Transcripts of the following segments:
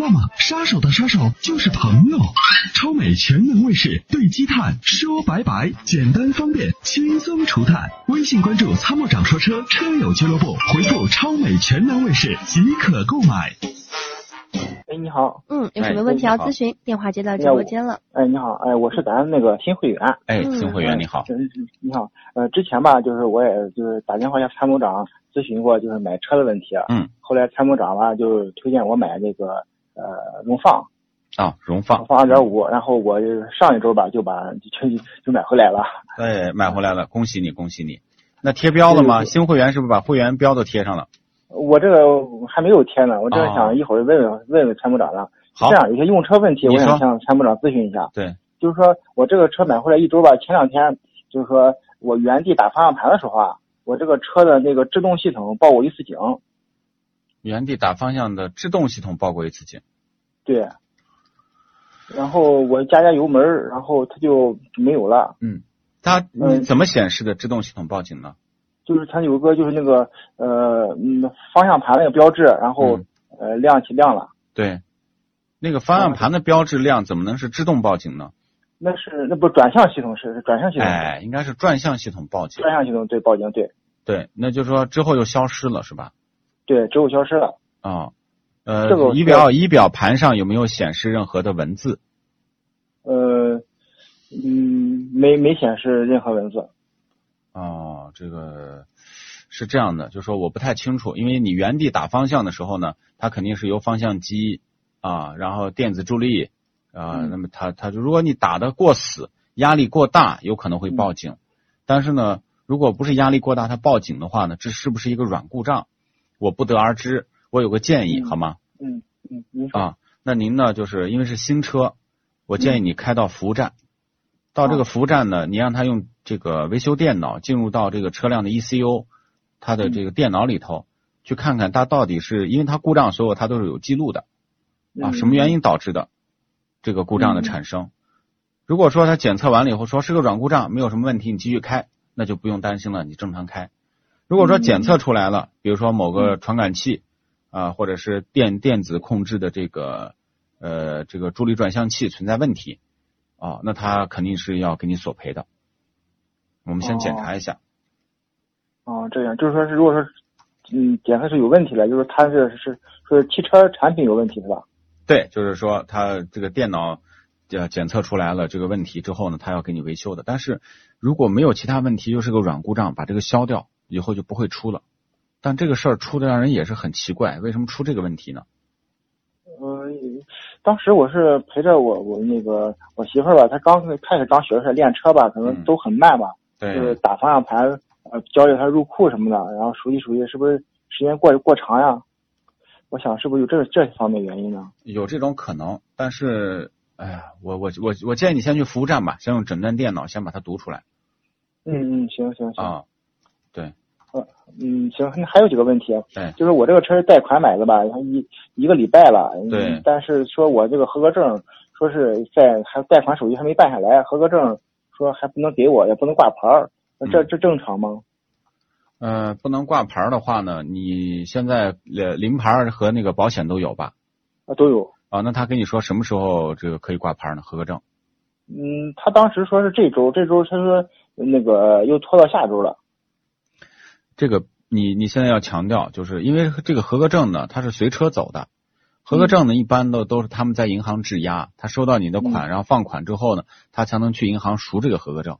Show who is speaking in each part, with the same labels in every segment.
Speaker 1: 那么，杀手的杀手就是朋友。超美全能卫士对积碳说拜拜，简单方便，轻松除碳。微信关注“参谋长说车”车友俱乐部，回复“超美全能卫士”即可购买。
Speaker 2: 哎，你好，
Speaker 3: 嗯，有
Speaker 4: 哎
Speaker 3: 什么问题
Speaker 4: 你
Speaker 3: 要
Speaker 4: 好
Speaker 3: 咨询，电话接到直播间了。
Speaker 2: 哎，你好，哎，我是咱那个新会员。
Speaker 4: 哎，
Speaker 3: 嗯
Speaker 4: 新会员你好，
Speaker 2: 嗯，你好，呃，之前吧，就是我也就是打电话向参谋长咨询过，就是买车的问题。啊
Speaker 4: 嗯。
Speaker 2: 后来参谋长吧，就是推荐我买那个呃荣放，
Speaker 4: 啊，荣
Speaker 2: 荣
Speaker 4: 放，
Speaker 2: 放二点五，然后我就是上一周吧就把就就就买回来了。
Speaker 4: 哎，买回来了，恭喜你，恭喜你。那贴标了吗？
Speaker 2: 对对对
Speaker 4: 新会员是不是把会员标都贴上了？
Speaker 2: 我这个还没有贴呢，我这个
Speaker 4: 哦
Speaker 2: 想一会儿问问问问参谋长了。
Speaker 4: 好
Speaker 2: 这，样有些用车问题，
Speaker 4: 你
Speaker 2: 我
Speaker 4: 说
Speaker 2: 想向参谋长咨询一下。
Speaker 4: 对，
Speaker 2: 就是说我这个车买回来一周吧，前两天就是说我原地打方向盘的时候啊，我这个车的那个制动系统报我一次警。
Speaker 4: 原地打方向的制动系统报过一次警，
Speaker 2: 对。然后我加加油门儿，然后它就没有了，
Speaker 4: 它你
Speaker 2: 嗯
Speaker 4: 怎么显示的制动系统报警呢？
Speaker 2: 就是它有个就是那个呃嗯方向盘那个标志，然后、
Speaker 4: 嗯
Speaker 2: 呃亮起亮了，
Speaker 4: 对，那个方向盘的标志亮怎么能是制动报警呢？
Speaker 2: 那是那不转向系统是是转向系统，
Speaker 4: 哎，应该是转向系统报警
Speaker 2: 转。向系统对报警对
Speaker 4: 对，那就说之后就消失了是吧？
Speaker 2: 对植物消失了，
Speaker 4: 啊，
Speaker 2: 这个
Speaker 4: 呃，
Speaker 2: 我
Speaker 4: 仪表仪表盘上有没有显示任何的文字？
Speaker 2: 呃嗯没没显示任何文字，
Speaker 4: 哦，这个是这样的，就说我不太清楚，因为你原地打方向的时候呢，它肯定是由方向机啊，然后电子助力啊，
Speaker 2: 嗯
Speaker 4: 那么它它就如果你打的过死，压力过大，有可能
Speaker 2: 嗯
Speaker 4: 会报警。但是呢，如果不是压力过大，它报警的话呢，这是不是一个软故障？我不得而知。我有个建议，
Speaker 2: 嗯
Speaker 4: 好吗？
Speaker 2: 嗯嗯您说
Speaker 4: 啊，那您呢，就是因为是新车，我建议你开到服务站，到这个服务站呢，你让他用这个维修电脑进入到这个车辆的 E ECU，它的这个电脑里头、去看看它到底是因为它故障，所有它都是有记录的啊，
Speaker 2: 嗯
Speaker 4: 什么原因导致的这个故障的产生。如果说它检测完了以后说是个软故障，没有什么问题，你继续开，那就不用担心了，你正常开。如果说检测出来了，比如说某个传感器啊、或者是电电子控制的这个呃这个助力转向器存在问题啊、那它肯定是要给你索赔的。我们先检查一下，
Speaker 2: 哦，这样就是说是如果说嗯检测是有问题了，就是它是是是汽车产品有问题是吧？
Speaker 4: 对，就是说它这个电脑呃检测出来了这个问题之后呢，它要给你维修的。但是如果没有其他问题，又是个软故障，把这个消掉以后就不会出了。但这个事儿出的让人也是很奇怪，为什么出这个问题呢？
Speaker 2: 嗯，当时我是陪着我我那个我媳妇儿吧，她刚开始刚学出来练车吧，可能
Speaker 4: 嗯
Speaker 2: 都很慢吧，就是
Speaker 4: 对，
Speaker 2: 打方向盘，呃，教教她入库什么的，然后熟悉熟悉，是不是时间过过长呀？我想是不是有这这方面原因呢？
Speaker 4: 有这种可能，但是哎呀，我我我我建议你先去服务站吧，先用诊断电脑先把它读出来
Speaker 2: 嗯嗯，行行行，
Speaker 4: 啊。
Speaker 2: 嗯行，那还有几个问题，
Speaker 4: 哎
Speaker 2: 就是我这个车是贷款买的吧，然后一一个礼拜了，嗯
Speaker 4: 对
Speaker 2: 但是说我这个合格证说是在还贷款手续还没办下来，合格证说还不能给我，也不能挂牌儿，那这
Speaker 4: 嗯
Speaker 2: 这正常吗？
Speaker 4: 呃，不能挂牌儿的话呢，你现在呃临牌儿和那个保险都有吧？
Speaker 2: 啊，都有。
Speaker 4: 啊，那他跟你说什么时候这个可以挂牌儿呢？合格证？
Speaker 2: 嗯，他当时说是这周，这周他说那个又拖到下周了。
Speaker 4: 这个你你现在要强调，就是因为这个合格证呢，它是随车走的。合格证呢，一般都都是他们在银行质押，他收到你的款，然后放款之后呢，他才能去银行赎这个合格证。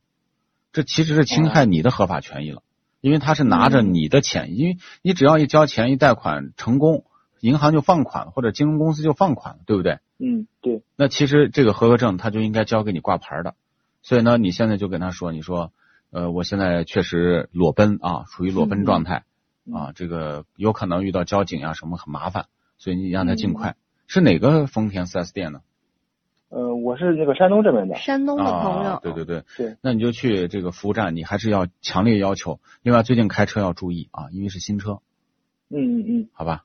Speaker 4: 这其实是侵害你的合法权益了，因为他是拿着你的钱，因为你只要一交钱一贷款成功，银行就放款了或者金融公司就放款了，对不对？
Speaker 2: 嗯，对，
Speaker 4: 那其实这个合格证他就应该交给你挂牌儿的，所以呢，你现在就跟他说，你说，呃，我现在确实裸奔啊，处于裸奔状态
Speaker 2: 嗯
Speaker 4: 啊，这个有可能遇到交警啊什么很麻烦，所以你让他
Speaker 3: 嗯
Speaker 4: 尽快。是哪个丰田 4S 店呢？
Speaker 2: 呃，我是那个山东这边的。
Speaker 3: 山东的朋友，
Speaker 4: 啊，对对对，
Speaker 2: 对
Speaker 4: 那你就去这个服务站，你还是要强烈要求。另外，最近开车要注意啊，因为是新车，
Speaker 2: 嗯嗯嗯，
Speaker 4: 好吧？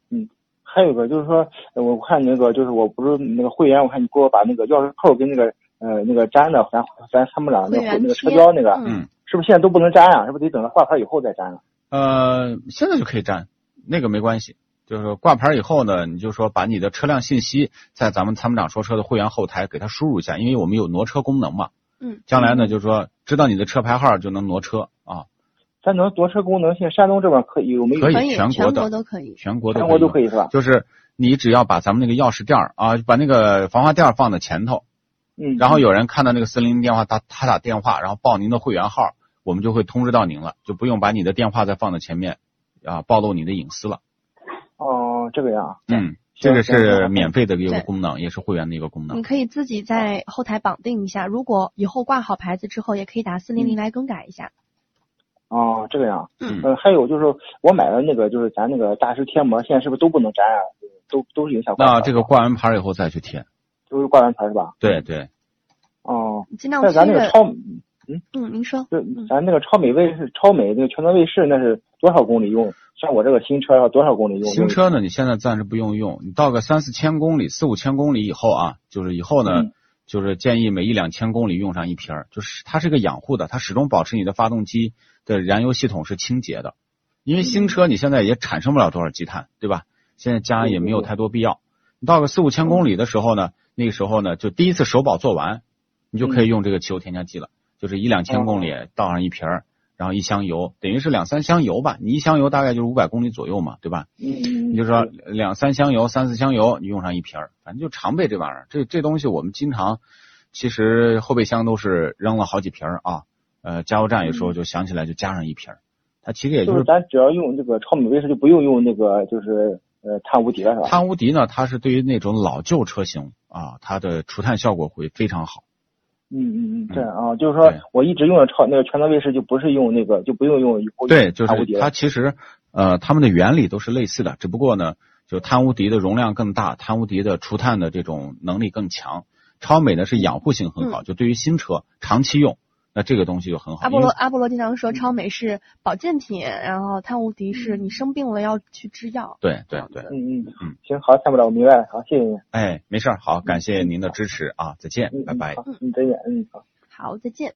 Speaker 2: 还还有一个就是说，呃我看那个就是我不是那个会员，我看你给我把那个钥匙扣跟那个呃那个粘的，咱咱参谋长那
Speaker 3: 会
Speaker 2: 个
Speaker 3: 员
Speaker 2: 那个车
Speaker 3: 贴
Speaker 2: 标那个，
Speaker 4: 嗯
Speaker 2: 是不是现在都不能粘啊？是不是得等到挂牌以后再粘啊？
Speaker 4: 呃，现在就可以粘，那个没关系。就是说挂牌以后呢，你就说把你的车辆信息在咱们参谋长说车的会员后台给它输入一下，因为我们有挪车功能嘛。
Speaker 3: 嗯。
Speaker 4: 将来呢，就是说知道你的车牌号就能挪车啊，
Speaker 2: 咱能挪车功能，现在山东这边可以有没有？
Speaker 4: 可以
Speaker 3: 可以
Speaker 4: 全国
Speaker 3: 全
Speaker 4: 的
Speaker 3: 国都可以
Speaker 4: 全国都
Speaker 2: 全国都
Speaker 4: 以
Speaker 2: 可以是吧
Speaker 4: 用。？就是你只要把咱们那个钥匙垫儿啊，把那个防滑垫儿放在前头，
Speaker 2: 嗯，
Speaker 4: 然后有人看到那个四零零电话，他他打电话，然后报您的会员号，我们就会通知到您了，就不用把你的电话再放在前面啊，暴露你的隐私了。
Speaker 2: 哦，这个样，
Speaker 4: 嗯，
Speaker 2: 行
Speaker 4: 这个
Speaker 2: 行
Speaker 4: 是
Speaker 2: 行
Speaker 4: 免费的一个
Speaker 3: 对嗯
Speaker 4: 功能，也是会员的一个功
Speaker 3: 你
Speaker 4: 能。
Speaker 3: 可以自己在后台绑定一下，如果以后挂好牌子之后，也可以打四零零来更改一下。
Speaker 2: 哦，这个样，
Speaker 4: 嗯
Speaker 2: 呃，还有就是我买的那个就是咱那个大师贴膜，现在是不是都不能粘啊？都都是影响挂牌
Speaker 4: 那这个挂完牌儿以后再去贴。
Speaker 2: 都是挂完牌是吧？
Speaker 4: 对对，
Speaker 2: 哦，
Speaker 3: 你尽量
Speaker 2: 但
Speaker 3: 贴
Speaker 2: 咱那个
Speaker 3: 着，
Speaker 2: 超，
Speaker 3: 嗯，您说，
Speaker 2: 就咱那个超美卫士、超美那个全能卫士，那是多少公里用？像我这个新车要多少公里用？
Speaker 4: 新车呢，你现在暂时不用用，你到个三四千公里、四五千公里以后啊，就是以后呢
Speaker 2: 嗯，
Speaker 4: 就是建议每一两千公里用上一瓶儿，就是它是个养护的，它始终保持你的发动机的燃油系统是清洁的，因为新
Speaker 2: 嗯
Speaker 4: 车你现在也产生不了多少积碳，对吧？现在加也没有太多必要。你到个四五千公里的时候呢，那个时候呢，就第一次首保做完，你就可
Speaker 2: 嗯
Speaker 4: 以用这个汽油添加剂了，就是一两千公里
Speaker 2: 哦
Speaker 4: 倒上一瓶儿，然后一箱油，等于是两三箱油吧，你一箱油大概就是五百公里左右嘛，对吧？
Speaker 2: 嗯，
Speaker 4: 你
Speaker 2: 你
Speaker 4: 就说两三箱油、三四箱油，你用上一瓶儿，反正就常备这玩意儿。这这东西我们经常，其实后备箱都是扔了好几瓶儿啊。呃，加油站有时候就想起来就加上一瓶儿，它其实也
Speaker 2: 就
Speaker 4: 就是是
Speaker 2: 咱只要用这个超美卫士，就不用用那个就是呃碳无敌了是吧？
Speaker 4: 碳无敌呢，它是对于那种老旧车型啊，它的除碳效果会非常好。
Speaker 2: 嗯嗯嗯，
Speaker 4: 嗯
Speaker 2: 对啊，就是说
Speaker 4: 对
Speaker 2: 我一直用的超那个全能卫士，就不是用那个，就不用用以后
Speaker 4: 对，就
Speaker 2: 大无敌
Speaker 4: 是它
Speaker 2: 了。
Speaker 4: 其实呃，它们的原理都是类似的，只不过呢，就碳无敌的容量更大，碳无敌的除碳的这种能力更强。超美呢是养护性很好，就对于新车长期用，那这个东西就很好。
Speaker 3: 阿
Speaker 4: 因
Speaker 3: 波
Speaker 4: 为
Speaker 3: 罗阿波罗经常
Speaker 4: 嗯
Speaker 3: 说超美是保健品，然后碳无敌是你生病了要去制药。
Speaker 4: 对对对，
Speaker 2: 嗯嗯
Speaker 4: 嗯，
Speaker 2: 行，好，参谋长，我明白了，好，谢谢你，
Speaker 4: 哎，没事儿，好，感谢您的支持啊，再见
Speaker 2: 嗯，，
Speaker 4: 拜拜。
Speaker 2: 嗯好，嗯，再见，嗯，好。
Speaker 3: 好，再见。